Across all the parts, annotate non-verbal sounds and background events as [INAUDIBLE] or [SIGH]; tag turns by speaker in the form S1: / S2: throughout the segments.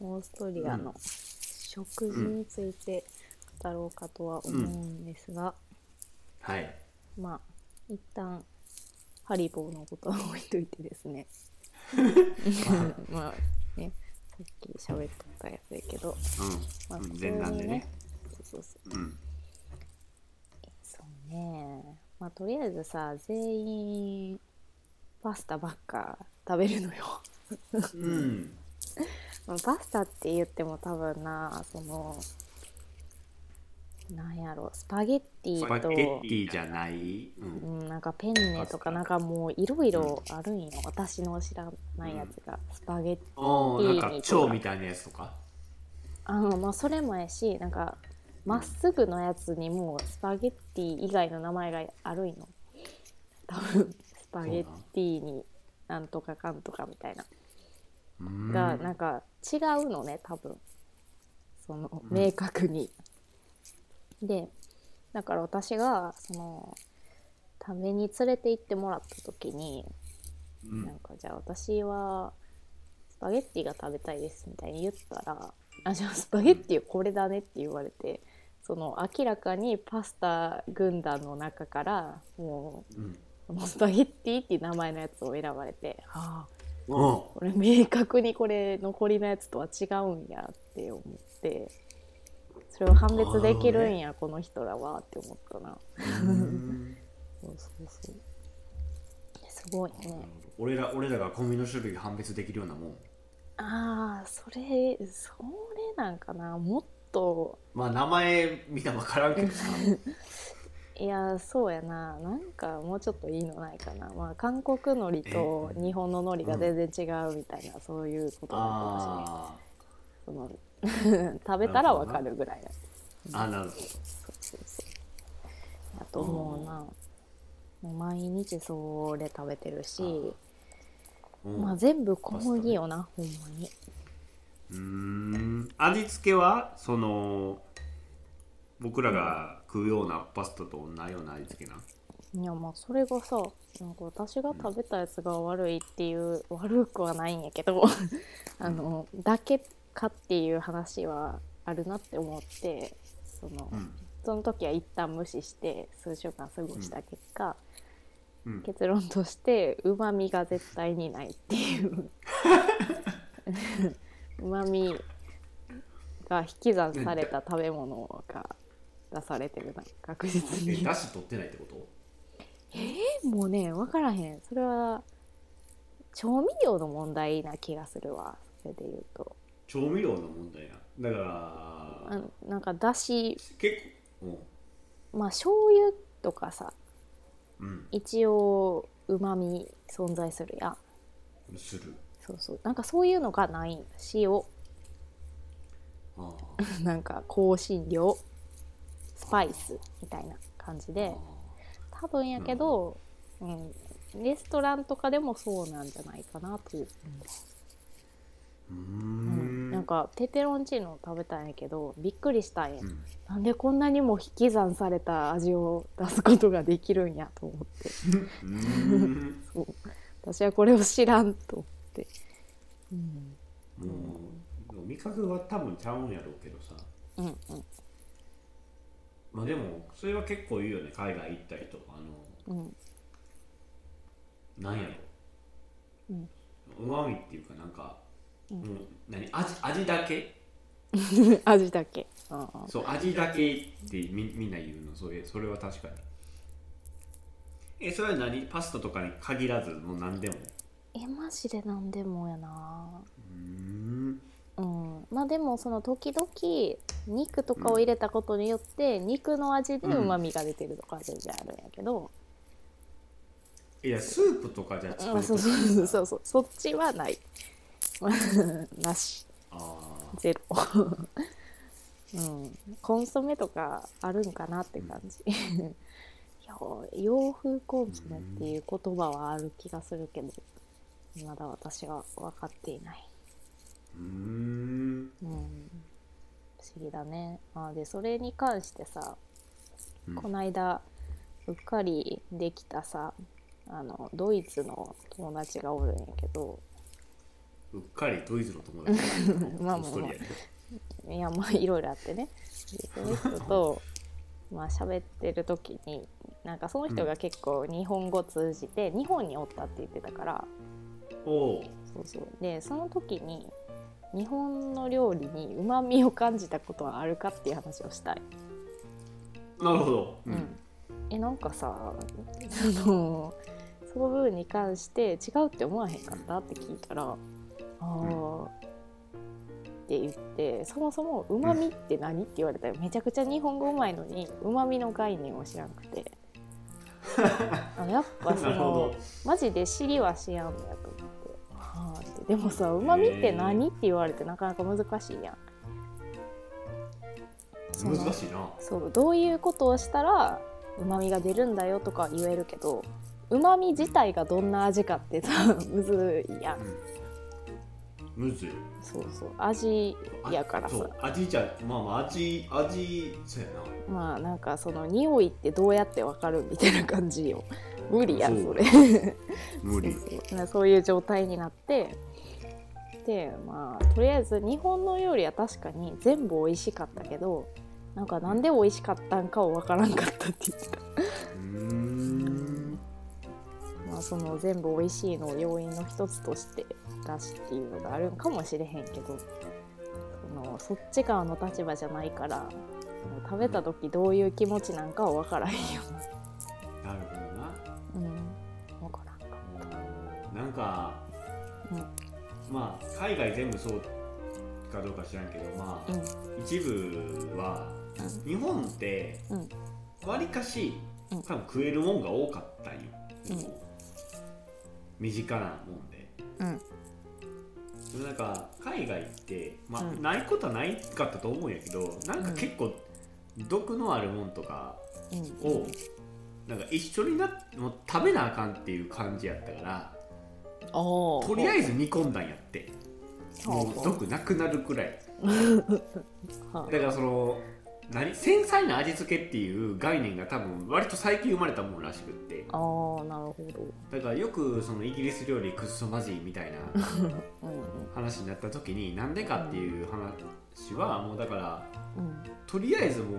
S1: オーストリアの食事について語ろうかとは思うんですが、
S2: はい。
S1: まあ一旦ハリボーのことは置いといてですねまあねさっき喋っとったやつやけど、ま
S2: う
S1: あ、
S2: ん。
S1: 普
S2: うん
S1: 通
S2: 前段
S1: に
S2: で
S1: ね
S2: ね。
S1: そうそうそう
S2: うん。
S1: そうねまあとりあえずさ全員パスタばっか食べるのよ
S2: うん。
S1: まあパスタって言っても多分なそのなんやろスパゲッテ
S2: ス
S1: ィ
S2: パゲ
S1: と
S2: ッティじゃない。う。
S1: うんん、なんかペンネとかなんかもういろいろあるんよ、私の知らないやつが、スパゲッティ
S2: おーなん
S1: いい
S2: か
S1: ね
S2: 蝶みたいなやつとか。
S1: あのまあそれもやしなんかまっすぐのやつにもうスパゲッティ以外の名前があるんよ多分スパゲッティになんとかかんとかみたいな
S2: うん
S1: がなんか違うのね多分その明確に。でだから私がその食べに連れて行ってもらった時に、
S2: う
S1: なん
S2: ん。
S1: かじゃあ私はスパゲッティが食べたいですみたいに言ったら「あじゃあスパゲッティこれだね」って言われてその明らかにパスタ軍団の中からも
S2: うん。
S1: うもうスパゲッティっていう名前のやつを選ばれて「ああ
S2: お
S1: これ明確にこれ残りのやつとは違うんやって思ってそれを判別できるんや、この人らはって思ったな
S2: ーうん
S1: そうそうそうすごいね
S2: 俺ら俺らがコンビニの種類判別できるようなもん。
S1: ああそれそれなんかなもっと
S2: まあ名前見たら分からんけどさ。
S1: いやそうやななんかもうちょっといいのないかなまあ韓国のりと日本ののりが全然違うみたいな、そういうことなのかもしれない
S2: あ
S1: その [LAUGHS] 食べたらわかるぐらいな
S2: あ。あなるほ
S1: そうそうそうだと思うな、もう毎日それ食べてるし
S2: ど。うん
S1: まあ、全部小麦よな、ほんまに
S2: うーん味付けはその僕らが食うようなパスタと同じような味付けなん
S1: いやまあそれがさなんか私が食べたやつが悪いっていう悪くはないんやけどあの、だけかっていう話はあるなって思ってその,、
S2: うん
S1: その時は一旦無視して数週間過ごした結果、
S2: うん
S1: 結論としてうまみが絶対にないっていううまみが引き算された食べ物が出されてるな確実
S2: え
S1: に
S2: だし取ってないってこと
S1: もうね分からへんそれは調味料の問題な気がするわそれで言うと
S2: 調味料の問題やだから
S1: あなんかだし
S2: 結構
S1: まあ醤油とかさ
S2: うん
S1: 一応うまみ存在するやん
S2: うんする
S1: そうそうなんかそういうのがないん塩
S2: あ
S1: [LAUGHS] なんか香辛料スパイスみたいな感じ
S2: あ
S1: で多分やけど、うんレストランとかでもそうなんじゃないかなという
S2: うー
S1: うん
S2: ん
S1: なんかペペロンチーノ食べたんやけどびっくりしたんや、
S2: うん
S1: なんでこんなにも引き算された味を出すことができるんやと思って
S2: うーん
S1: [LAUGHS] そう私はこれを知らんと思って、 [LAUGHS] うん、
S2: もうでも味覚は多分ちゃうんやろうけどさ
S1: うんうん
S2: まあでもそれは結構言うよね海外行ったりとかあの
S1: うん
S2: なんやろ
S1: うん
S2: うまみっていうかなんか、もう何味味だけ
S1: 味だけああ
S2: そう味だけってみみんな言うのそれそれは確かにえそれは何パスタとかに限らずもう何でも
S1: えマジで何でもやな
S2: うーん
S1: うんまあでもその時々肉とかを入れたことによって、肉の味でうまみが出てるとかは全然あるんやけど、
S2: いやスープとかじゃ作
S1: うん、そう
S2: と
S1: そうそうそうそうそっちはない [LAUGHS] なし
S2: ああ
S1: ゼロうんコンソメとかあるんかなって感じいや [LAUGHS] 洋風コンソメっていう言葉はある気がするけどまだ私は分かっていない、
S2: うーん
S1: うん、不思議だねあでそれに関してさ、
S2: うん
S1: こないだうっかりできたさあのドイツの友達がおるんやけど、
S2: うっかりドイツの友達がい
S1: [LAUGHS]
S2: る
S1: まあまあまあ
S2: オーストリアに
S1: いやまあ [LAUGHS] いろいろあってねでその人とまあ喋ってる時になんかその人が結構日本語通じて日本におったって言ってたから
S2: おう
S1: そうそうでその時に日本の料理にうまみを感じたことはあるかっていう話をしたい。
S2: なるほど、う
S1: うんん、えなんかさそのその部分に関して違うって思わへんかったって聞いたら「ああ」って言ってそもそも「うまみって何?」って言われたらめちゃくちゃ日本語うまいのにうまみの概念を知らなく
S2: [LAUGHS]
S1: てあやっぱそ
S2: なるほ
S1: の
S2: ど
S1: マジで知りはしやんのやと思って。はあってでもさうまみって何って言われてなかなか難しいやん。その
S2: 難しいな
S1: そうどういうことをしたらうまみが出るんだよとか言えるけどうまみ自体がどんな味かってさ [LAUGHS] むずいやん
S2: むずい
S1: そうそう味
S2: あ
S1: やからさ
S2: そう味じゃまあまあ味味そうやな
S1: まあなんかその匂いってどうやってわかるみたいな感じ
S2: [LAUGHS]
S1: よ無理や
S2: そう
S1: それ
S2: 無理
S1: そう [LAUGHS] そうなそういう状態になってでまあとりあえず日本の料理は確かに全部美味しかったけどなんかなんで美味しかったんかをわからんかったって言ってた
S2: うーん
S1: まあ、その全部美味しいのを要因の一つとして出しっていうのがあるんかもしれへんけどそのそっち側の立場じゃないからもう食べた時どういう気持ちなんかは分からへんよ、
S2: なるほどな
S1: うん、分からんか
S2: なんか、まあ海外全部そうかどうか知らんけどまあ、一部は
S1: う
S2: 日本って
S1: うんうん
S2: わりかし
S1: う
S2: 多
S1: ん
S2: 分食えるもんが多かったんよ、
S1: うん
S2: 身近なもんで
S1: うん
S2: でもなんか海外って、まあ
S1: うん
S2: ないことはないかったと思うんやけどなんか結構毒のあるもんとか
S1: うん
S2: を、なんか一緒になってもう食べなあかんっていう感じやったから
S1: お
S2: とりあ
S1: ず
S2: えず煮込んだんやってもう毒なくなるくらいだからその何繊細な味付けっていう概念が多分割と最近生まれたものらしくって
S1: あーなるほ
S2: だからよくそのイギリス料理クッソマジみたいな [LAUGHS]
S1: どうん
S2: 話になった時になんでかっていう話はもうだから
S1: うん
S2: とりあえずもう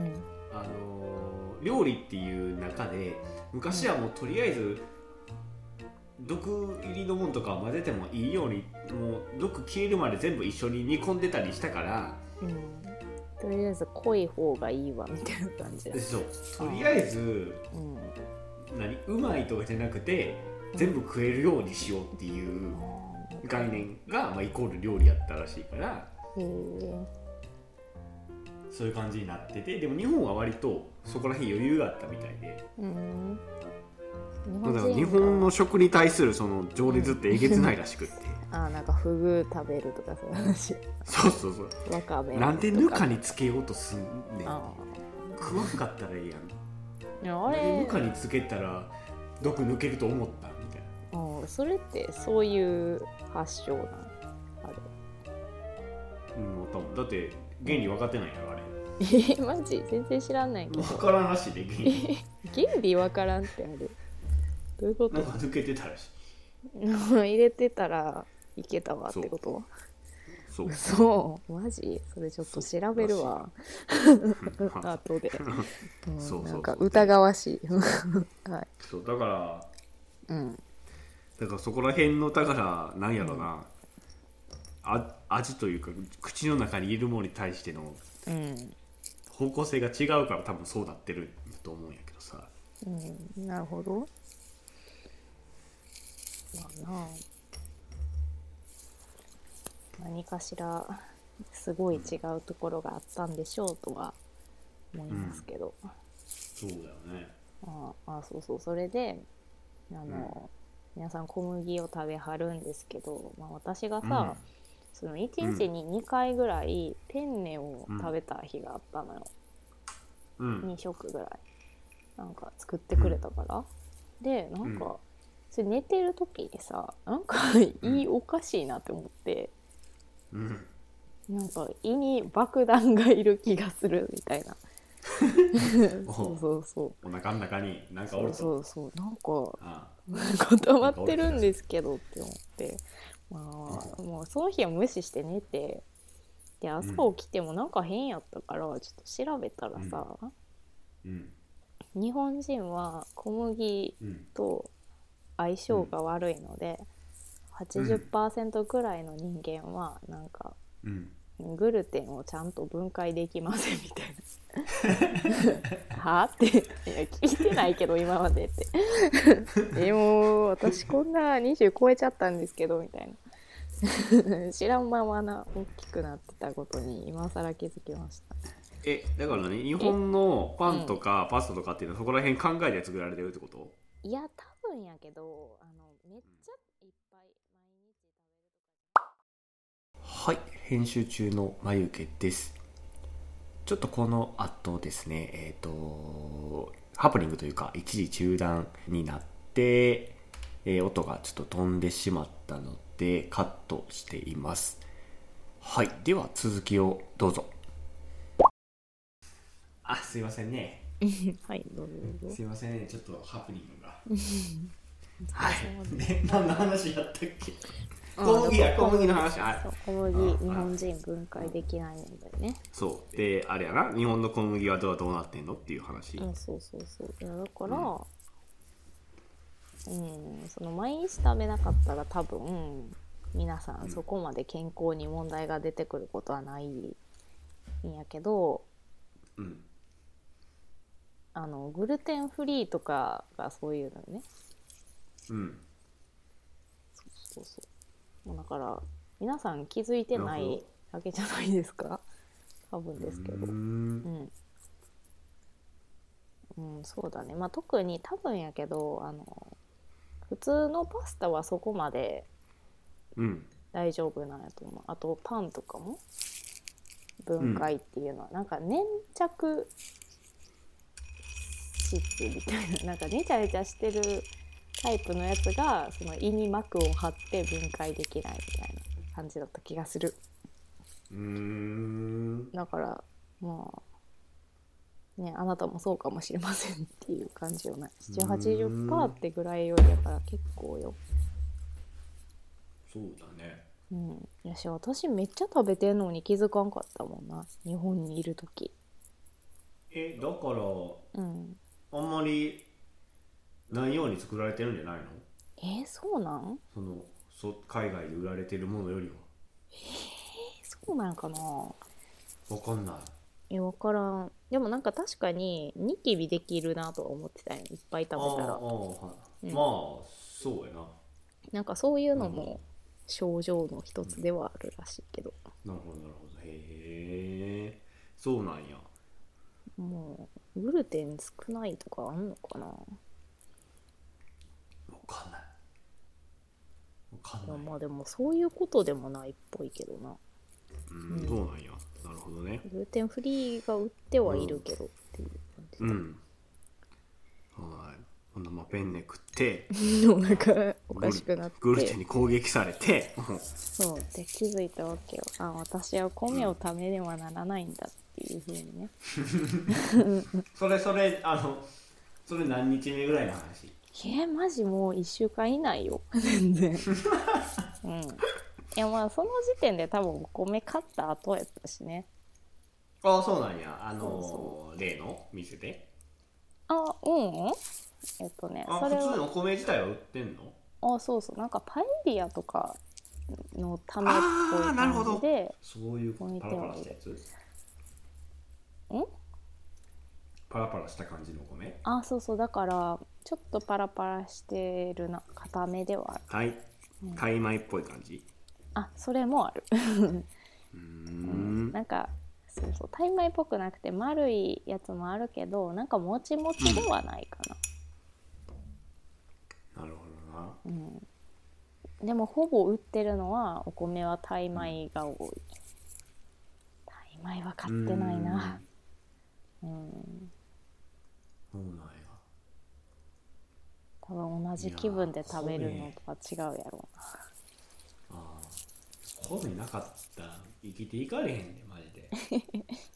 S1: うん
S2: あのー料理っていう中で昔はもうとりあえず毒入りのもんとかを混ぜてもいいようにもう毒消えるまで全部一緒に煮込んでたりしたから
S1: うんとりあえず濃い方がいいわみたいな感じだ
S2: でそうとりあえず
S1: うん
S2: 何うまいとかじゃなくて全部食えるようにしようっていう概念が、まあ、イコール料理やったらしいから
S1: へー
S2: そういう感じになっててでも日本は割とそこら辺余裕があったみたいで
S1: うん日
S2: だから
S1: 人
S2: 日本の食に対するその情熱ってえげつないらしくって
S1: あなんかフグ食べるとかそういう話
S2: [LAUGHS] そうそうそ
S1: [LAUGHS]
S2: う
S1: わかめ
S2: なんでぬか
S1: に
S2: につけようとすんねん
S1: あ
S2: 食わんかったらいいやん
S1: いやあ
S2: なんで
S1: れ
S2: ぬかにつけたら毒抜けると思ったみたい
S1: うんそれってそういう発祥なのあれ
S2: なうん思ったもんだって原理分かってないやろあれ
S1: えマジ全然知らんない [LAUGHS] けど
S2: 分からんらしいで原理
S1: 原理わからんってあるどういうこ
S2: な
S1: と
S2: んか抜けてたらしい
S1: 入れてたらいけたわってこと [LAUGHS]
S2: そう
S1: そうマジそれちょっと調べるわ
S2: うん
S1: あとで、 [LAUGHS] うん
S2: そうそうそう
S1: なんか疑わしいはい [LAUGHS]
S2: そうだから
S1: うん
S2: だからそこら辺のだからなんやろな、あ味というか口の中にいるものに対しての
S1: うん
S2: 方向性が違うから多分そうなってると思うんやけどさ
S1: うん、なるほど。まあなあ何かしらすごい違うところがあったんでしょうとは思いますけど、
S2: そうだよね
S1: ああそうそうそれであの、皆さん小麦を食べはるんですけど、まあ、私がさ、その1日に2回ぐらいペンネを食べた日があったのよ。
S2: うん、うん
S1: 2食ぐらいなんか作ってくれたから、でなんか、
S2: うん
S1: それ寝てる時にさなんか
S2: うん
S1: いいおかしいなって思って、
S2: うん
S1: なんか胃に爆弾がいる気がするみたいなそうそうそ
S2: お腹の中になん
S1: う
S2: かお
S1: そ
S2: る
S1: う
S2: と
S1: そうそうなんか
S2: ああ
S1: 固まってるんですけどって思って、まあ、もうその日は無視して寝てで朝起きてもなんか変やったからちょっと調べたらさ、
S2: うん
S1: 日本人は小麦
S2: うん
S1: と相性が悪いので、80%くらいの人間はなんか
S2: うん
S1: グルテンをちゃんと分解できませんみたい [LAUGHS] な。はあっていや聞いてないけど今まで [LAUGHS] って。でも私こんな20超えちゃったんですけどみたいな。 [LAUGHS] 知らんままな大きくなってたことに今更気づきました。
S2: えだから何日本のパンとかパスタとかっていうのはそこら辺考えて作られてるってこと
S1: いや多分やけどあのめっちゃいっぱい毎日食べる。
S2: はい編集中の眉毛ですちょっとこの後ですねえっ、とハプニングというか一時中断になって、えー音がちょっと飛んでしまったのでカットしていますはいでは続きをどうぞあすいませんね
S1: はいどうぞどうぞ。
S2: すいませんねちょっとハプニングが
S1: は
S2: で [LAUGHS] 何の話やったっけ
S1: うん
S2: 小麦や小麦の話はい
S1: そう小麦日本人分解できないんだよね。
S2: そうであれやな日本の小麦はどうどうなってんのっていう話、
S1: うん、そうそうそういやだから、うんその毎日食べなかったら多分皆さ
S2: うん
S1: んそこまで健康に問題が出てくることはないんやけど
S2: うん
S1: あのグルテンフリーとかがそういうのね
S2: うん
S1: そうそうもうだから皆さん気づいてな
S2: なるほ
S1: いだけじゃないですか多分ですけど
S2: うー
S1: うんん、うん、そうだねまあ特に多分やけどあの普通のパスタはそこまで
S2: うん
S1: 大丈夫なんやと思うあとパンとかも分解っていうのは、なんか粘着質みたいななん [LAUGHS] かネチャネチャしてるタイプのやつがその胃に膜を張って分解できないみたいな感じだった気がする。
S2: うーん
S1: だからまあねあなたもそうかもしれませんっていう感じよね
S2: うーん
S1: 7080%ってぐらいよりだから結構よ、
S2: そうだね
S1: うん、いやし私めっちゃ食べてんのに気づかんかったもんな日本にいる時
S2: えだから
S1: うん
S2: あんまりないように作られてるんじゃないの
S1: えーそうなん
S2: そのそ海外で売られてるものよりは
S1: えーそうなんかな
S2: わかんない
S1: え分からんでもなんか確かにニキビできるなとは思ってたよいっぱい
S2: ああ
S1: 食べたら
S2: はい
S1: うん
S2: まあそうやな
S1: なんかそういうのも症状の一つではあるらしいけど
S2: なるほどなるほどへえそうなんや
S1: もうグルテン少ないとかあんのかな
S2: わかんないわか
S1: いや
S2: んな
S1: ま
S2: い
S1: あでもそういうことでもないっぽいけどな
S2: うんそうなんやなるほどね
S1: グルテンフリーが売ってはいるけどっていう
S2: う
S1: 感
S2: んはいこんなまあペンネ食 [LAUGHS] って
S1: じで、お腹おかしくなって
S2: グルテンに攻撃されて
S1: そうで気づいたわけよあ私は米を食べねばならないんだっていうふうにね
S2: [LAUGHS] それそれあのそれ何日目ぐらいの話
S1: えマジもう1週間以内よ全然うんいやまあその時点で多分お米買った後やったしね
S2: ああそうなんやあの
S1: そう
S2: 例の店で
S1: あうんえっとね
S2: あ
S1: それ
S2: 普
S1: は
S2: 通のお米自体は売ってんの
S1: あそうそうなんかパエリアとかのためっぽい
S2: あーなるほど
S1: 感じで
S2: そういう
S1: 置いて
S2: パ
S1: ある
S2: ラパラしたやつ
S1: ん
S2: パラパラした感じのお米
S1: あそうそうだからちょっとパラパラしてるな固めではある
S2: はい
S1: うん
S2: タイ米っぽい感じ
S1: あそれもある
S2: うー
S1: [LAUGHS]
S2: ん
S1: なんかそうそうタイ米っぽくなくて丸いやつもあるけどなんかもちもちではないか
S2: なるほどな
S1: な、うん、でもほぼ売ってるのはお米はタイ米が多いタイ米は買ってないなうん
S2: うーんそうなんや
S1: 多分同じ気分で食べるのとは違うやろうな
S2: ああ米なかったら生きていかれへんでマジで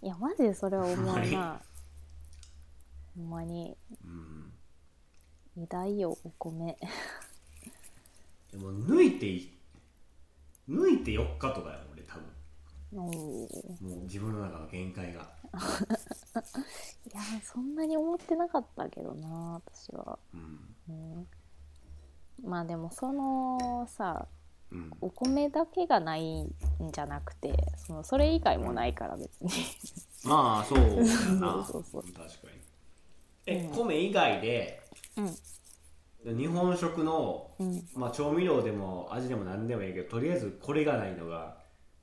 S1: いやマジでそれは思うなほんまに
S2: うん
S1: 偉大よお米
S2: でも抜いてい抜いて4日とかや俺多分
S1: おー
S2: もう自分の中の限界が
S1: いやそんなに思ってなかったけどな私は、
S2: うん
S1: うん、まあでもそのさ
S2: うん
S1: お米だけがないんじゃなくてそのそれ以外もないから別に
S2: まあそうやな
S1: そうそうそう
S2: 確かにえ、
S1: うん
S2: 米以外で
S1: う
S2: 日本食の、
S1: んうん
S2: まあ、調味料でも味でも何でもいいけどとりあえずこれがないのが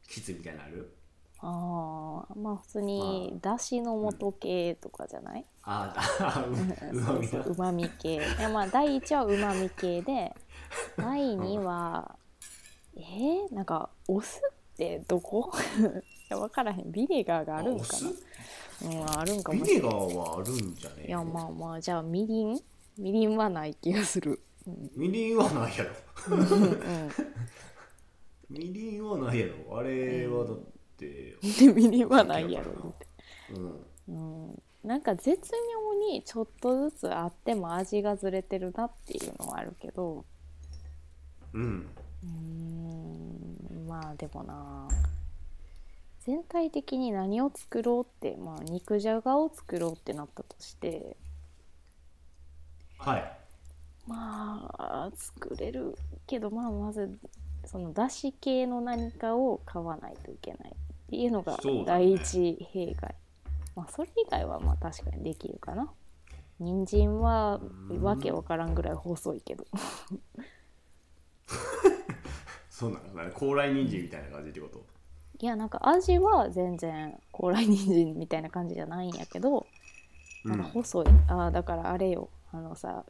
S2: きついみたいなのある
S1: ああまあ普通
S2: ま
S1: にだしの素系とかじゃない、
S2: ああう
S1: [LAUGHS]
S2: まみな
S1: うまみ系いやまあ第1話うまみ系
S2: [LAUGHS]
S1: で第2話えー、なんかお酢ってどこ [LAUGHS] いや分からへんビネガーがあるん
S2: お
S1: か
S2: 酢
S1: なうんあるんか
S2: ビ
S1: もしれ
S2: ネ
S1: ん
S2: ガーはあるんじゃね
S1: いやまあまあじゃあみりんみりんはない気がす
S2: [LAUGHS]
S1: るうん
S2: みりんはないやろ
S1: うんうん
S2: みりんはないやろあれはだって、
S1: でみりんはないやろみたいな
S2: うん、
S1: うん、なんか絶妙にちょっとずつあっても味がずれてるなっていうのはあるけど
S2: うん
S1: うーんまあでもな全体的に何を作ろうって、まあ、肉じゃがを作ろうってなったとして
S2: はい
S1: まあ作れるけどまあまずそのだし系の何かを買わないといけないっていうのが
S2: そうだね
S1: 第一弊害、まあそれ以外はまあ確かにできるかな人参は
S2: うん
S1: わけわからんぐらい細いけど
S2: そうなの高麗人参みたいな感じってこと
S1: いやなんか味は全然高麗人参みたいな感じじゃないんやけどなんか細い、ああだからあれよあのさ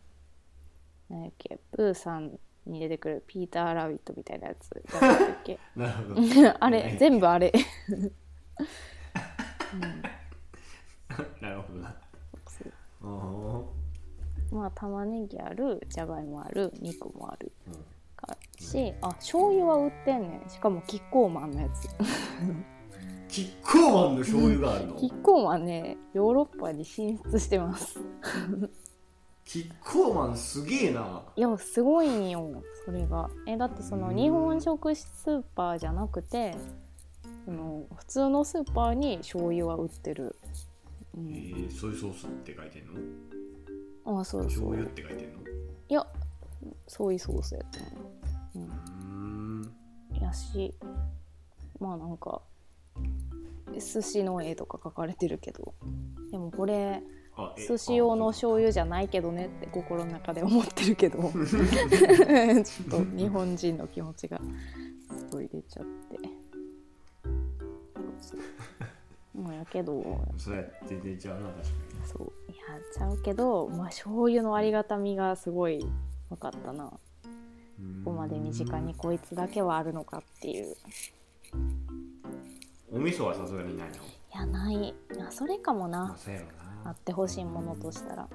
S1: 何やっけプーさんに出てくるピーター・ラビットみたいなやつ誰だっけ
S2: なるほど [LAUGHS]
S1: あれ全部あれ、うん
S2: なるほどな
S1: そう
S2: おお
S1: まあ玉ねぎあるじゃがいもある肉もある
S2: ー、うん
S1: かしあ醤油は売ってんねんしかもキッコーマンのやつ
S2: キッコーマンの醤油があるの
S1: キッコーマンねヨーロッパに進出してます
S2: キッコーマンすげえない
S1: やすごいんよそれがえだってその日本食スーパーじゃなくてその普通のスーパーに醤油は売ってる、う
S2: え
S1: ん、
S2: ー、ソイソースって書いてんの
S1: あそうそ
S2: 醤油
S1: う
S2: って書いてんの
S1: いやソイソースやった
S2: うーん
S1: やしまあなんか寿司の絵とか描かれてるけどでもこれ
S2: あえ
S1: 寿司用の
S2: あ
S1: 醤
S2: そう
S1: 油じゃないけどねって心の中で思ってるけどちょっと日本人の気持ちがすごい出ちゃってそうそうまあやけど
S2: それ全然違うな確か
S1: そういやちゃうけどまあ醤油のありがたみがすごい分かったな
S2: に
S1: ここまで身近に
S2: う
S1: こいつだけはあるのかっていう
S2: ーんお味噌はさすがにないの
S1: いやないいやそれかも
S2: まあ
S1: な
S2: そうやろ
S1: あ
S2: な
S1: ってほしいものとしたら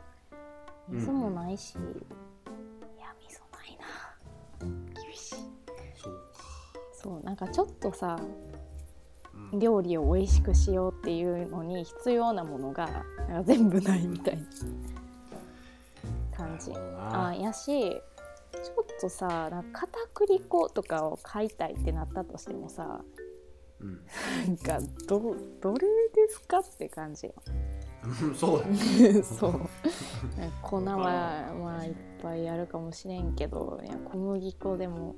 S2: うん
S1: 水もないし、いや水ないな厳しい
S2: そうか
S1: そうなんかちょっとさ
S2: うん
S1: 料理を美味しくしようっていうのに必要なものがなんか全部ないみたいな感じ
S2: なるほどな
S1: あやしちょっとさなんか片栗粉とかを買いたいってなったとしてもさ
S2: うん
S1: なんかどどれですかって感じよ
S2: う
S1: [LAUGHS]
S2: ん [LAUGHS] そうだね
S1: そうなんか粉はまあいっぱいあるかもしれんけどいや小麦粉でも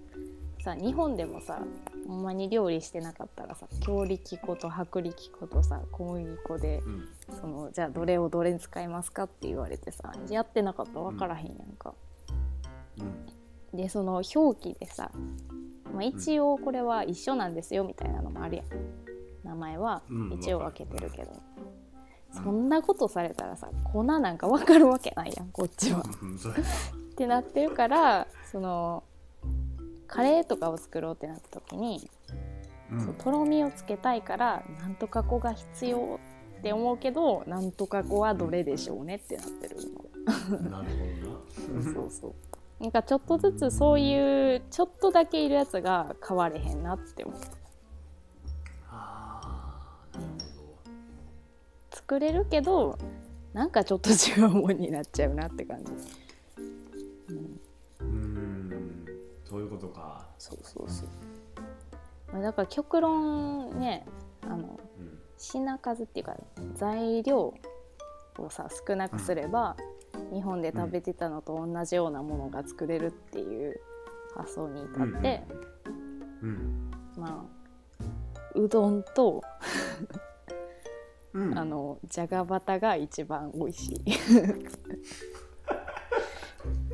S1: さ日本でもさほんまに料理してなかったらさ強力粉と薄力粉とさ小麦粉で
S2: うん
S1: そのじゃあどれをどれに使いますかって言われてさやってなかったら分からへんやんか。
S2: うん
S1: でその表記でさ、まあ、一応これは一緒なんですよみたいなのもあるやん名前は
S2: うん
S1: 一応分けてるけど、そんなことされたらさ粉なんか分かるわけないやんこっちは。
S2: うんそうやな
S1: ってなってるからそのカレーとかを作ろうってなった時に、
S2: う
S1: そうんとろみをつけたいからなんとか粉が必要って思うけどなんとか粉はどれでしょうねってなってるの。
S2: なるほどな
S1: そうそうなんかちょっとずつそういうちょっとだけいるやつが変われへんなって思う
S2: ああなるほど
S1: 作れるけどなんかちょっと違うもんになっちゃうなって感じ、うん、
S2: うーんそういうことか、
S1: そうそうそうまあだから極論ねあの
S2: うん、
S1: 品数っていうか材料をさ少なくすれば、日本で食べてたのと同じようなものが作れるっていう発想に至って、
S2: うん
S1: まあうどんと、
S2: うんうん
S1: あのじゃがバタが一番美味
S2: [LAUGHS]
S1: しい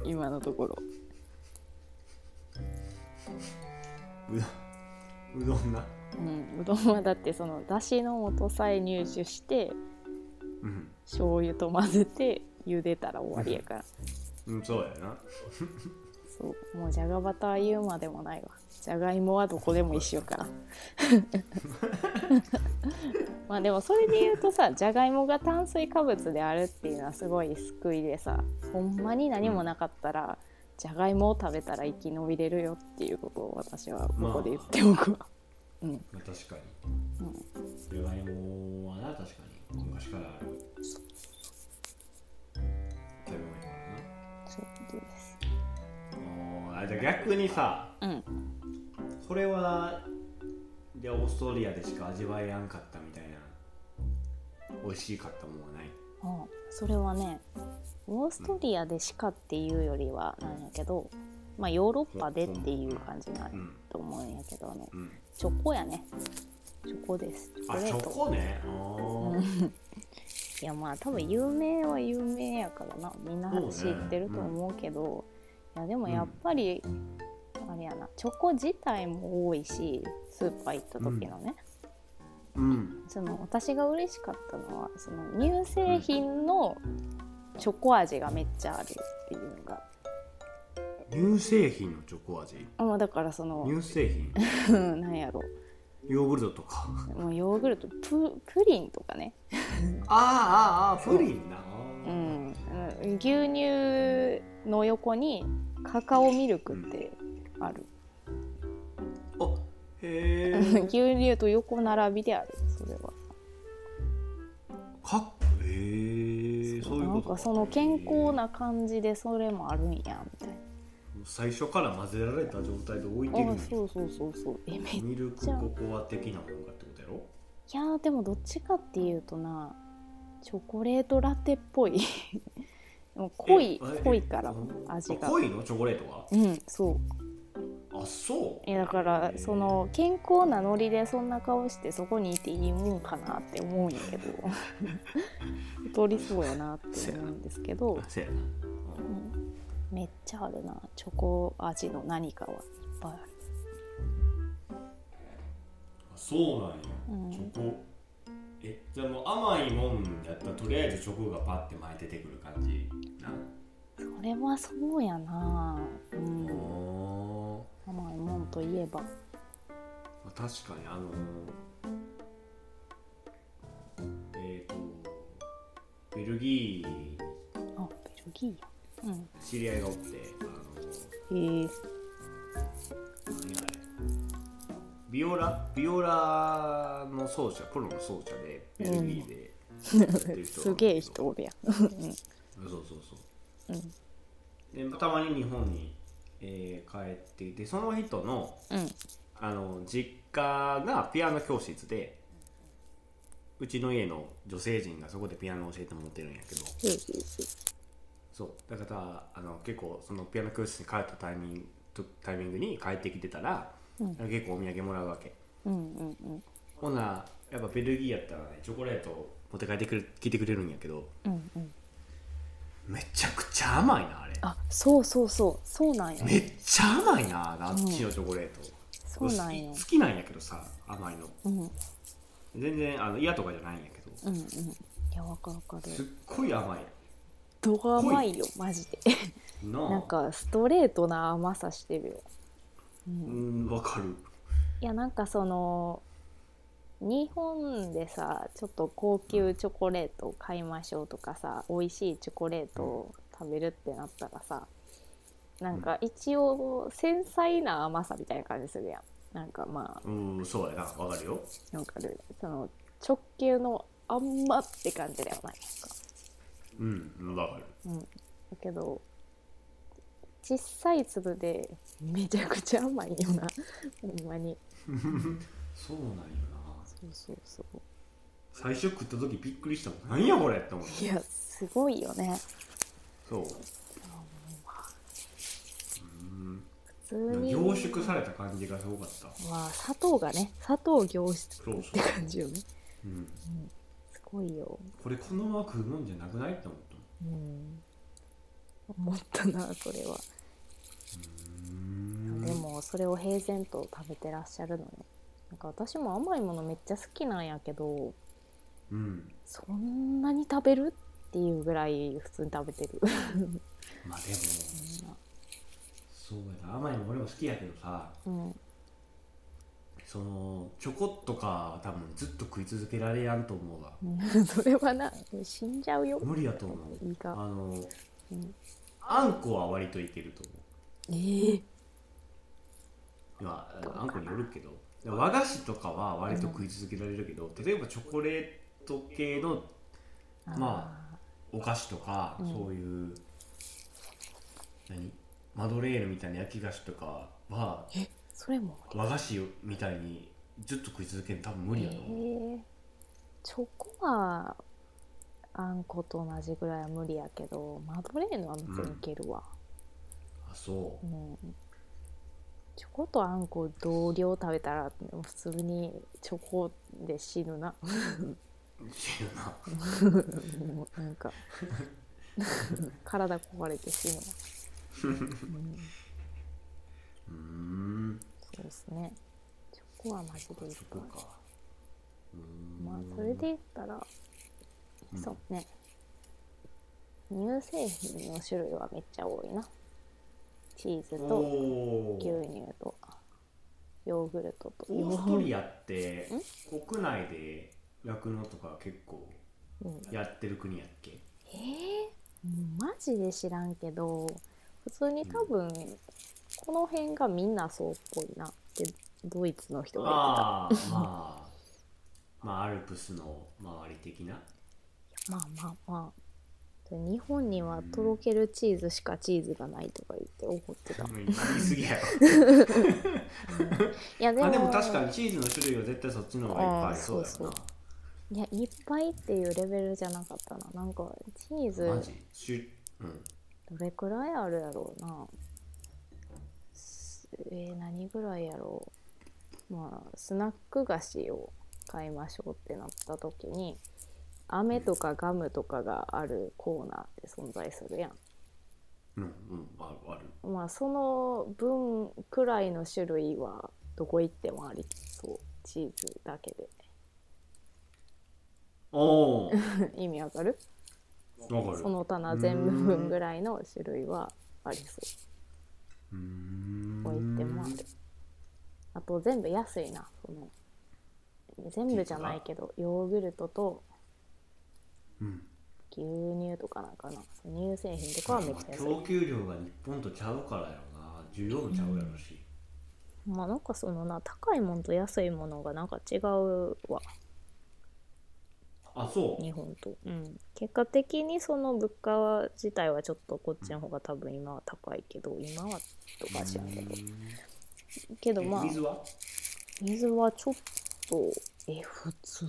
S1: 今のところ
S2: うどんな
S1: うん、うどんはだってそのだしの素さえ入手して
S2: うん、
S1: 醤油と混ぜて茹でたら終わりやから
S2: うん、そうやな
S1: そうもうじゃがバター言うまでもないわじゃがいもはどこでも一緒からまあでもそれで言うとさじゃがいもが炭水化物であるっていうのはすごい救いでさほんまに何もなかったらじゃがいもを食べたら生き延びれるよっていうことを私はここで言っておくわ、うん
S2: まあ確か
S1: うん
S2: にじゃがいもはな確かに昔からある食べ物や
S1: そういうことです
S2: からなあーあじゃあ逆にさ
S1: うん
S2: これはでオーストリアでしか味わえやんかったみたいな美味しかったもんはない
S1: あそれはねオーストリアでしかっていうよりはなんやけど、まあ、ヨーロッパでっていう感じない
S2: うん
S1: と思うんやけどね
S2: うん
S1: チョコやねチョコですチョコ
S2: あ
S1: レ
S2: チ
S1: ー
S2: ョ
S1: ト
S2: コねあー
S1: いやまあ多分有名は有名やからなみんな
S2: そうね
S1: 知ってると思うけど、いやでもやっぱり、あれやなチョコ自体も多いしスーパー行った時のね、
S2: うん
S1: その私が嬉しかったのはその乳製品のチョコ味がめっちゃあるっていうのが
S2: 乳製品のチョコ味
S1: あまあだからその
S2: 乳製品
S1: うん [LAUGHS] なんやろ
S2: ヨーグルトとか
S1: もうヨーグルトププリンとかね、
S2: あーあーあープリンな
S1: う
S2: あ
S1: ん、うん牛乳の横にカカオミルクってある、
S2: ーあへえ
S1: [LAUGHS] 牛乳と横並びであるそれは
S2: かっへえそういう
S1: な
S2: こ
S1: ん
S2: と
S1: かその健康な感じでそれもあるんやみたい
S2: 最初から混ぜられた状態で置いてる
S1: なあ
S2: の
S1: あ
S2: に
S1: そうそうそうそうえめい
S2: ミルクココア的なものがってことやろ
S1: やーでもどっちかっていうとなチョコレートラテっぽい [LAUGHS] でも濃い
S2: え
S1: 濃いから
S2: あ
S1: 味が
S2: 濃いのチョコレートは
S1: うんそう
S2: あそう
S1: いやだから
S2: へー
S1: その健康なノリでそんな顔してそこにいていいもんかなって思うんやけ
S2: [LAUGHS]
S1: ど太りそうやなって思うんですけど
S2: あ、せやな
S1: うんめっちゃあるなチョコ味の何かはいっぱいある
S2: あそうなんや、
S1: うん
S2: チョコえじゃあもう甘いもんやったらとりあえずチョコがパッて前に出てくる感じな
S1: それはそうやなうん
S2: おー
S1: 甘いもんといえば
S2: まあ確かにあのーえっ、とベルギーに
S1: あベルギーやうん
S2: 知り合いがおってあの
S1: へえ
S2: ー何あれビオラビオラの奏者プロの奏者でベルギーで、
S1: [LAUGHS]
S2: う
S1: すげえ人おるやんう
S2: そうそうそ
S1: ん
S2: うでたまに日本に、えー帰っていてその人の [LAUGHS]
S1: うん
S2: あの実家がピアノ教室でうちの家の女性陣がそこでピアノを教えてもらってるんやけど
S1: へえへえへ
S2: そうだからあの結構そのピアノ教室に帰ったタイミングとタイミングに帰ってきてたら、
S1: うん
S2: 結構お土産もらうわけ
S1: えうんうんうん
S2: ほなやっぱベルギーやったらねチョコレートを持って帰ってくる来てくれるんやけど
S1: うんうん
S2: めちゃくちゃ甘いなあれ
S1: あそうそうそうそうなんや
S2: めっちゃ甘いなあっちのチョコレート、
S1: そうなんや
S2: 好き好きなんやけどさ甘いの
S1: うんうん
S2: 全然あの嫌とかじゃないんやけ
S1: う
S2: ど
S1: んいやわかるわか
S2: すっ
S1: る
S2: ごい甘い
S1: どが甘いよマジで
S2: なあ
S1: なんかストレートな甘さしてるよ、う、
S2: うん
S1: い
S2: んわかる
S1: やなんかその日本でさちょっと高級チョコレートを買いましょうとかさ美味しいチョコレートを食べるってなったらさなんか一応繊細な甘さみたいな感じするやんなんかまあ
S2: うんそうやなわかるよ
S1: なんかあるその直球のあんまって感じだよななんか
S2: うんわかる
S1: うん、だけど小さい粒でめちゃくちゃ甘いよな [LAUGHS] ほんまに
S2: そうなんよな
S1: そうそうそう
S2: 最初食った時びっくりしたもん何やこれって思う
S1: いやすごいよね
S2: そう
S1: 普通
S2: うん
S1: に
S2: 凝縮された感じがすごかった
S1: まあ砂糖がね砂糖凝縮っ
S2: そう
S1: て
S2: そう、
S1: 感じよね
S2: うん、
S1: すごいよ
S2: これこのまま食うもんじゃなくないって思ったもん
S1: うん思ったなそれは、
S2: うーん
S1: でもそれを平然と食べてらっしゃるのよなんか私も甘いものめっちゃ好きなんやけど
S2: うん
S1: そんなに食べるっていうぐらい普通に食べてる
S2: まあでもそうやな甘いの俺も好きやけどさ
S1: うん
S2: そのチョコとか多分ずっと食い続けられやんと思うわ
S1: うんそれはな死んじゃうよ
S2: 無理やと思う
S1: いいか
S2: あの
S1: うん
S2: あんこは割といけると思う
S1: えー、
S2: ま
S1: どうか
S2: あ、
S1: な
S2: あんこによるけど和菓子とかは割と食い続けられるけど、例えばチョコレート系のまお菓子とか、
S1: うん
S2: そういう何マドレーヌみたいな焼き菓子とかは
S1: あーえそれも
S2: 和菓子みたいにずっと食い続けるの多分無
S1: え
S2: 理やと思う、
S1: ー、チョコはあんこと同じぐらいは無理やけどマドレーヌは別にいけるわ、
S2: あそううん
S1: チョコとあんこ同量食べたら普通にチョコで死ぬな [LAUGHS]
S2: 知るな
S1: もうなん
S2: [LAUGHS]
S1: か体壊れて死ぬわ、うん、
S2: うーん
S1: そうですねチョコはマジ
S2: チ
S1: でいい
S2: ョコ
S1: か
S2: かうーん
S1: まあそれで言ったら、
S2: うん
S1: そうね乳製品の種類はめっちゃ多いなチーズと
S2: お
S1: 牛
S2: ー
S1: 乳とヨーグルトと
S2: オーストリアって
S1: ん
S2: 国内で酪農とか結構
S1: うん、
S2: やってる国やっけ
S1: えー、マジで知らんけど普通に多分、この辺がみんなそうっぽいなってドイツの人が言ってた
S2: ああ [LAUGHS] まあまあアルプスの周り的な
S1: まあまあまあで日本にはとろけるチーズしかチーズがないとか言って怒ってた、
S2: 言い過ぎやろ
S1: いや [LAUGHS] でも
S2: まあでも確かにチーズの種類は絶対そっちの方がいっぱいありそうだ
S1: あーそう
S2: よ
S1: いやいっぱいっていうレベルじゃなかったななんかチー
S2: なマ
S1: ズ
S2: ジしゅ、うん、
S1: どれくらいあるやろうなすえー何ぐらいやろうまあスナック菓子を買いましょうってなった時に飴とかガムとかがあるコーナーって存在するや
S2: うんうんあるある
S1: んまあその分くらいの種類はどこ行ってもありそうチーズだけで [LAUGHS]
S2: おお
S1: 意味わかる
S2: わかる
S1: その棚全部分ぐらいの種類はありそう
S2: うーん
S1: こう言ってもあるあと全部安いなその全部じゃないけどヨーグルトと
S2: うん
S1: 牛乳とかなんかなその乳製品とかはめっちゃ安い
S2: 供給量が日本とちゃうからやろな需要もちゃうやろし、
S1: まあなんかそのな高いもんと安いものがなんか違うわ
S2: あそう
S1: 日本と、うん、結果的にその物価自体はちょっとこっちの方が多分今は高いけど今はとか知らんけどけど
S2: え
S1: まあ
S2: 水は
S1: 水はちょっとえ普通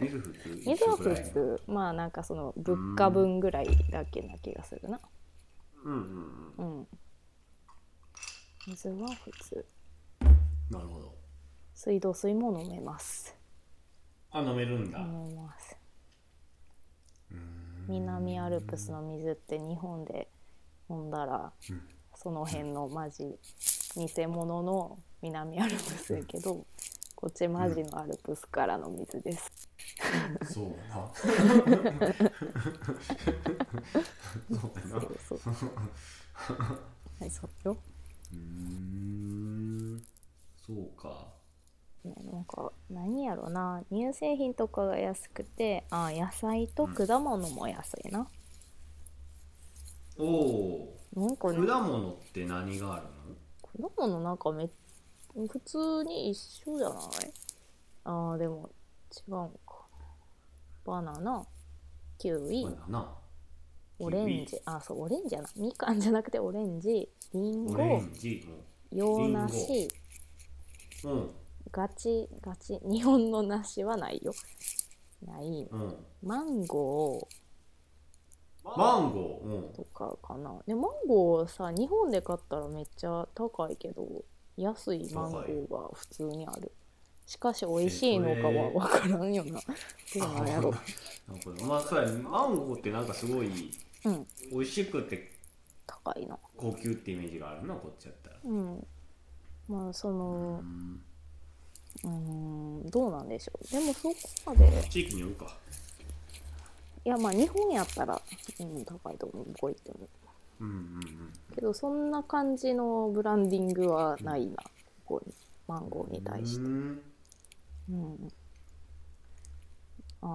S2: 水普通
S1: 水は
S2: 一緒ぐ
S1: 普
S2: らいの
S1: 通まあなんかその物価分ぐらいだけな気がするな
S2: うんうんうん
S1: うん水は普通
S2: なるほど
S1: 水道水も飲めます
S2: あ飲めるんだ、
S1: 飲めます南アルプスの水って日本で飲んだら、
S2: うん
S1: その辺のマジ偽物の南アルプスやけどこっちマジのアルプスからの水です、
S2: そうや
S1: [LAUGHS]
S2: なそうやな
S1: そうそうはいそうよ
S2: うーんそうか
S1: ねなんか何やろな乳製品とかが安くてあ野菜と果物も安いな、
S2: おお
S1: なんか
S2: 果
S1: ね
S2: 物って何がある
S1: 果物なんかめ普通に一緒じゃないあーでも違うんかバナナキウイ
S2: これだな
S1: オレン
S2: キウ
S1: ジあそうオレンジじゃないみかんじゃなくてオレンジリン
S2: オレ
S1: ゴ
S2: ンジ
S1: 洋
S2: リ
S1: 梨
S2: うん
S1: ガチガチ日本の梨はないよない
S2: うん
S1: マンゴ
S2: マンゴーうん
S1: ーとかかなでマンゴーさ日本で買ったらめっちゃ高いけど安いマンゴーが普通にあるしかし美味しいのかは分からんよなどうなんやろ
S2: なんかまあそうやねマンゴーってなんかすごい
S1: うん
S2: 美味しくて
S1: 高いな
S2: 高級ってイメージがあるなこっちやったら
S1: うんまあその
S2: うん
S1: うーんどうなんでしょうでもそこまで
S2: 地域によるか
S1: いやまあ日本やったら、うん、高いと思うこう言っても
S2: うんうん
S1: けどそんな感じのブランディングはないなここにマンゴー
S2: うん
S1: に対して、
S2: うん
S1: うん、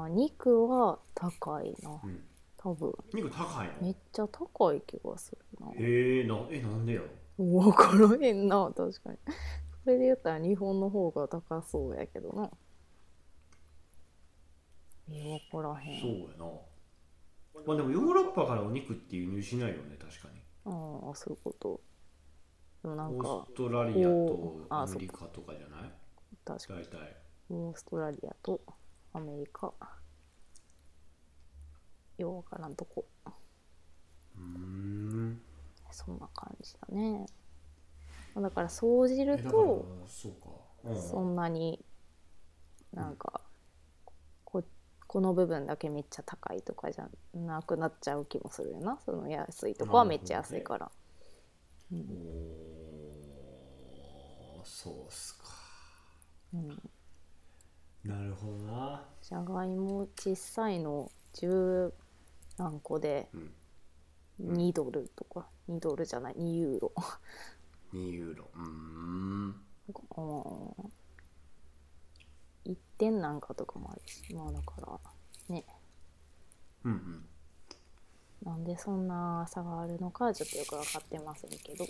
S1: あ肉は高いな
S2: うん
S1: 多分
S2: 肉高い
S1: め
S2: の
S1: っちゃ高い気がするな
S2: へえなえなんでやろ
S1: 分からへんな確かにそれで言ったら日本の方が高そうやけどなえ分からへ
S2: そうんやなまあでもヨーロッパからお肉って輸入しないよね確かに
S1: ああそういうことでもなん
S2: オー
S1: か
S2: ストラリア
S1: お
S2: と
S1: ーあ
S2: ア
S1: ー
S2: メリカとかじゃない
S1: 確かに
S2: 大体
S1: オーストラリアとアメリカようわからんとこ
S2: うーん
S1: そんな感じだねまあだから総じ
S2: え
S1: る
S2: だから
S1: と
S2: そうかうん
S1: そんなになんかここの部分だけめっちゃ高いとかじゃなくなっちゃう気もするよなその安いとこはめっちゃ安いから、うん
S2: おーそうっすか
S1: うん、
S2: なるほどな
S1: じゃがいも小さいの10何個で
S2: うん
S1: 2ドルとか2ドルじゃない2ユーロ [LAUGHS]
S2: 2ユーロうーん
S1: 1点なんかとかもあるしまあだからね
S2: うんうん
S1: なんでそんな差があるのかはちょっとよく分かってませんけど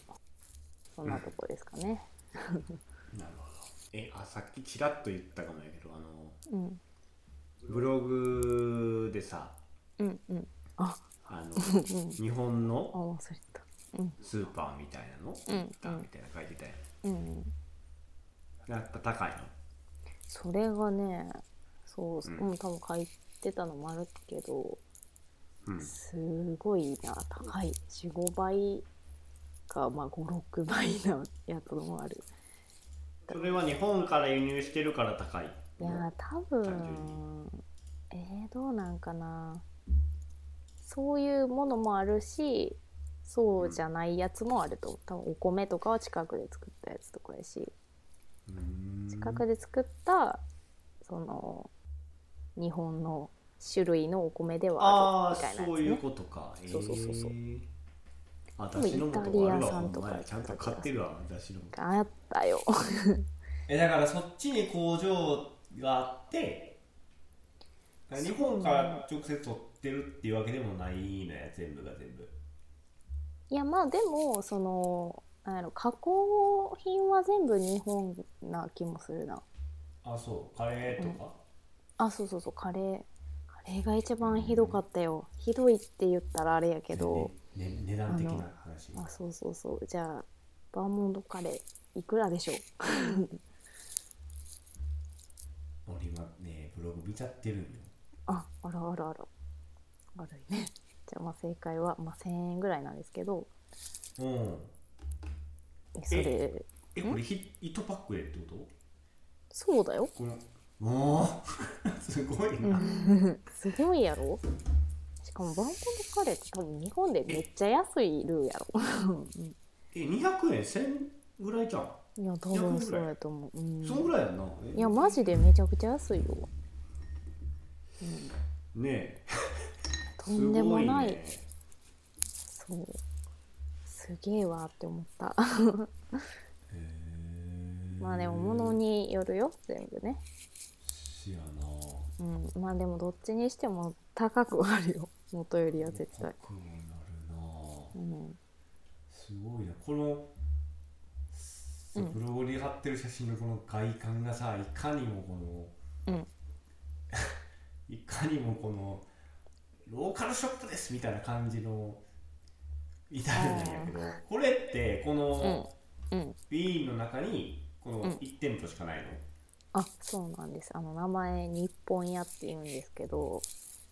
S1: そんなとこですかね
S2: なるほどえあさっきちらっと言ったかもやけどあの
S1: うん
S2: ブログでさ
S1: うんうんあ
S2: あの
S1: [LAUGHS] うん
S2: 日本
S1: あ
S2: の
S1: 忘れたうん
S2: スーパーみたいなの
S1: うん
S2: 行ったみたいな書いてたや
S1: うん
S2: んやっぱ高いの
S1: それがねそうそううんん多分書いてたのもあるけど
S2: うん
S1: すごいな高い45倍かまあ56倍なやつもある
S2: それは日本から輸入してるから高い
S1: いやー多
S2: 単
S1: 分えー、どうなんかなそういうものもあるしそうじゃないやつもあると思う多分お純とかは近くで作ったやつとかやし
S2: うーん
S1: 近くで作ったその日本の種類のお米ではあ
S2: ああ
S1: るみたいなやつ、ね、
S2: そういうことか
S1: そうそうそうそう
S2: えーあ
S1: 多分
S2: だしの素があ
S1: イタ
S2: る
S1: リア
S2: わ
S1: 産とか
S2: ほんまやちゃんと買ってるわだしの素
S1: あったよ [LAUGHS]
S2: えだからそっちに工場があって
S1: そう
S2: 日本から直接取ってるっていうわけでもないのや全部が全部
S1: いやまあでもそのなんやろ加工品は全部日本な気もするな
S2: あそうカレーとか、
S1: あそうそうそうカレーカレーが一番ひどかったよ、ひどいって言ったらあれやけど、
S2: ねね値段的な話
S1: あそうそうそうじゃあバーモントカレーいくらでしょう
S2: 俺今ねブログ見ちゃってるんよ
S1: ああらあらあら悪いねじゃあまあ正解は、まあ、1000円ぐらいなんですけど
S2: うん
S1: えそれ
S2: えこれひ1パックでってこと
S1: そうだよ
S2: このおー [LAUGHS] すごいな、
S1: すごいやろしかもバーモントカレーって多分日本でめっちゃ安いルーやろうん
S2: え200円1000ぐらいじゃん、
S1: いや多分そうやと思う、うん、
S2: そんぐらいやんなえ
S1: いやマジでめちゃくちゃ安いよ
S2: ねえ
S1: とんでもない
S2: すごね
S1: そうすげえわって思った
S2: へー
S1: まあでも物によるよ全部ね、
S2: せやな
S1: うん、まあでもどっちにしても高くはあるよ [LAUGHS] 元よりは絶対、
S2: 高くもなるな
S1: うん、
S2: すごいなこのそう
S1: うん
S2: ブログに貼ってる写真のこの外観がさい [LAUGHS] かにもこの、
S1: うん
S2: いかにもこのカルショップですみたいな感じのイタリアなんやけどこれってこの
S1: うんうん
S2: ウィーンの中にこの
S1: うん
S2: 1店舗しかない
S1: あそうなんですあの名前日本屋って言うんですけど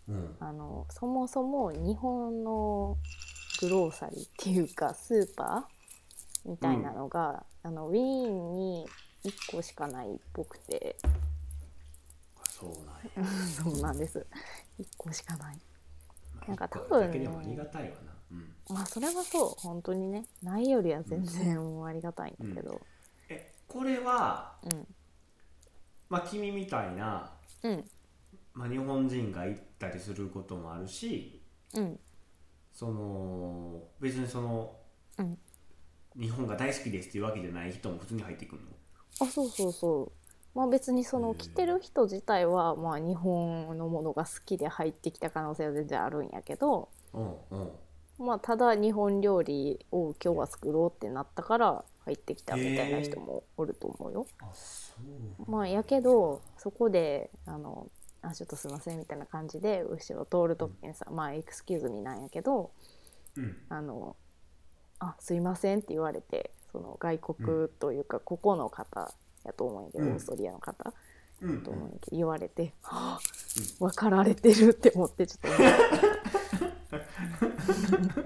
S2: の、うん、
S1: あのそもそも日本のグローサリーっていうかスーパーみたいなのが、あのウィーンに1個しかないっぽくて [LAUGHS]
S2: そうなんや
S1: そうなんです1個しかない
S2: まあ
S1: なんか多分
S2: 一個だけでもありがたいわな、うん、
S1: まあそれはそう本当にねないよりは全然もうありがたいんだけど
S2: えこれは、
S1: うん
S2: まあ、君みたいな、
S1: うん
S2: まあ、日本人が行ったりすることもあるし
S1: うん
S2: その別にその
S1: うん
S2: 日本が大好きですっていうわけじゃない人も普通に入ってくるの
S1: あそうそうそうまあ別にそ
S2: へ
S1: の
S2: ー
S1: 着てる人自体はまあ日本のものが好きで入ってきた可能性は全然あるんやけど
S2: うんうん
S1: まあただ日本料理を今日は作ろうってなったから入ってきたみたいな人もおると思うよ。
S2: あそう
S1: まあやけどそこであのあちょっとすいませんみたいな感じで後ろ通る時にさまあエクスキューズミなんやけど
S2: うん
S1: あのあすいませんって言われてその外国というかここの方やと思うんやけど、
S2: うん
S1: オーストリアの方。
S2: うんうん
S1: と思うんやけど言われて「はあ分かられてる」って思ってちょっと思う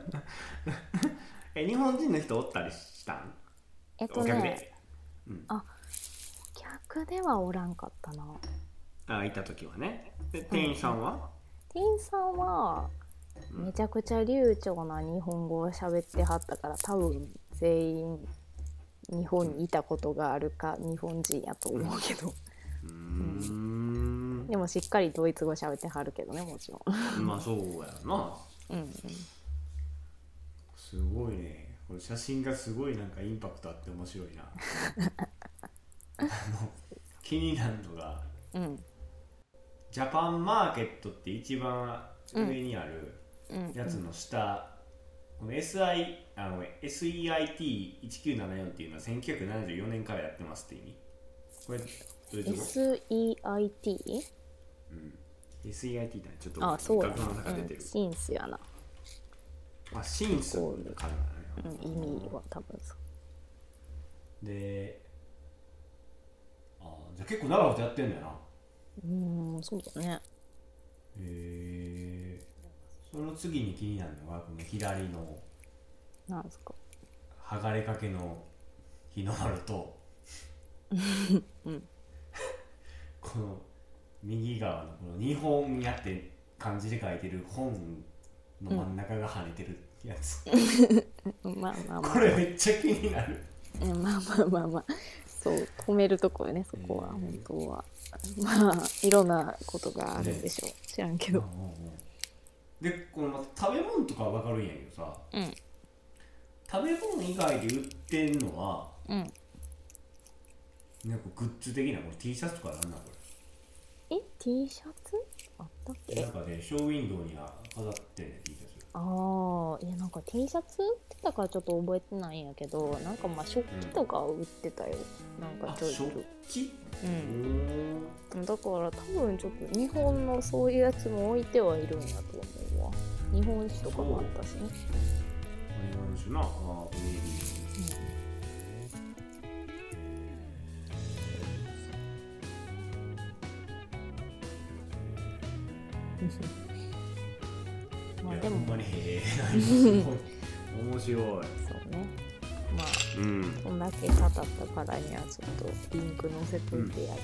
S2: え日本人の人おったりしたん、
S1: [LAUGHS] えっと
S2: お客
S1: ね
S2: で、うん、
S1: 客ではおらんかったな
S2: あ行った時はねで店員さんは、
S1: 店員さんは
S2: うん
S1: めちゃくちゃ流暢な日本語を喋ってはったから多分全員日本にいたことがあるか日本人やと思うけど
S2: うーん
S1: でもしっかりドイツ語喋ってはるけどねもちろ
S2: まあそうやろなん
S1: うんうん
S2: すごいねこれ写真がすごいなんかインパクトあって面白い
S1: [LAUGHS]
S2: なあの気になるのが
S1: うん
S2: ジャパンマーケットって一番上にある
S1: うん
S2: やつの下、この SI あの SEIT1974 っていうのは1974年からやってますって意味これどういうとこ
S1: SEIT?
S2: ?SEIT ってちょっと
S1: あそうや
S2: 学
S1: な、
S2: の中
S1: う
S2: 出
S1: ん
S2: てる、
S1: シンスやな、
S2: あシンスのから
S1: う
S2: だ
S1: ん、
S2: ね
S1: 意味は多分そう
S2: であーじゃあ結構長いことやってんだよな
S1: うーんそうだね
S2: へえその次に気になるのがこの左の
S1: なんですか
S2: 剥がれかけの日の丸と、 [LAUGHS] この右側のこの日本やって漢字で書いてる本の真ん中が跳ねてるやつ、
S1: まあまあまあ
S2: これめっちゃ気になる
S1: うんまあまあまあまあそう止めるとこよねそこは
S2: うん
S1: 本当はまあいろんなことがあるんでしょう知らんけ
S2: うんう
S1: ど
S2: んうんでこのまた食べ物とかは分かるんやけどさ
S1: うん
S2: 食べ物以外で売ってんのは
S1: うん
S2: なんかグッズ的なこの T シャツとかなんなんこれ
S1: え T シャツあったっけ
S2: なんかね、ショーウィンドウには飾ってんね、T シャツ。
S1: ああいやなんか T シャツ売ってたからちょっと覚えてないんやけどなんかまあ食器とか売ってたよ、なんかちょいちょい
S2: 器
S1: うん
S2: ん。
S1: だから多分ちょっと日本のそういうやつも置いてはいるんやと思うわ日本酒とかもあったしね
S2: 日本酒な。ああ、ビール
S1: まあ
S2: いや
S1: で
S2: ほん
S1: も
S2: ま
S1: [LAUGHS]
S2: にへえ。すごい面
S1: そ
S2: 白い。
S1: うねまあ
S2: うん。
S1: こんだけ語ったからにはちょっとリンク載せといてや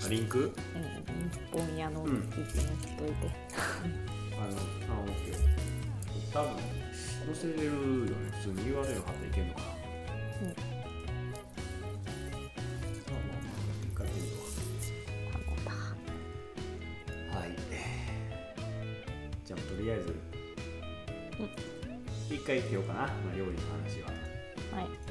S1: じ
S2: あリンク
S1: ゃあ、うん、日本屋の記事載せといて、
S2: あの、あ、オッケー。多分、載せれるよね。普通に URL 貼っていけるのかな。
S1: うん
S2: まあまあまあ、一回見るわ。
S1: あのた
S2: はい。じゃあとりあえず、一回行けようかな、まあ、料理の話は。
S1: はい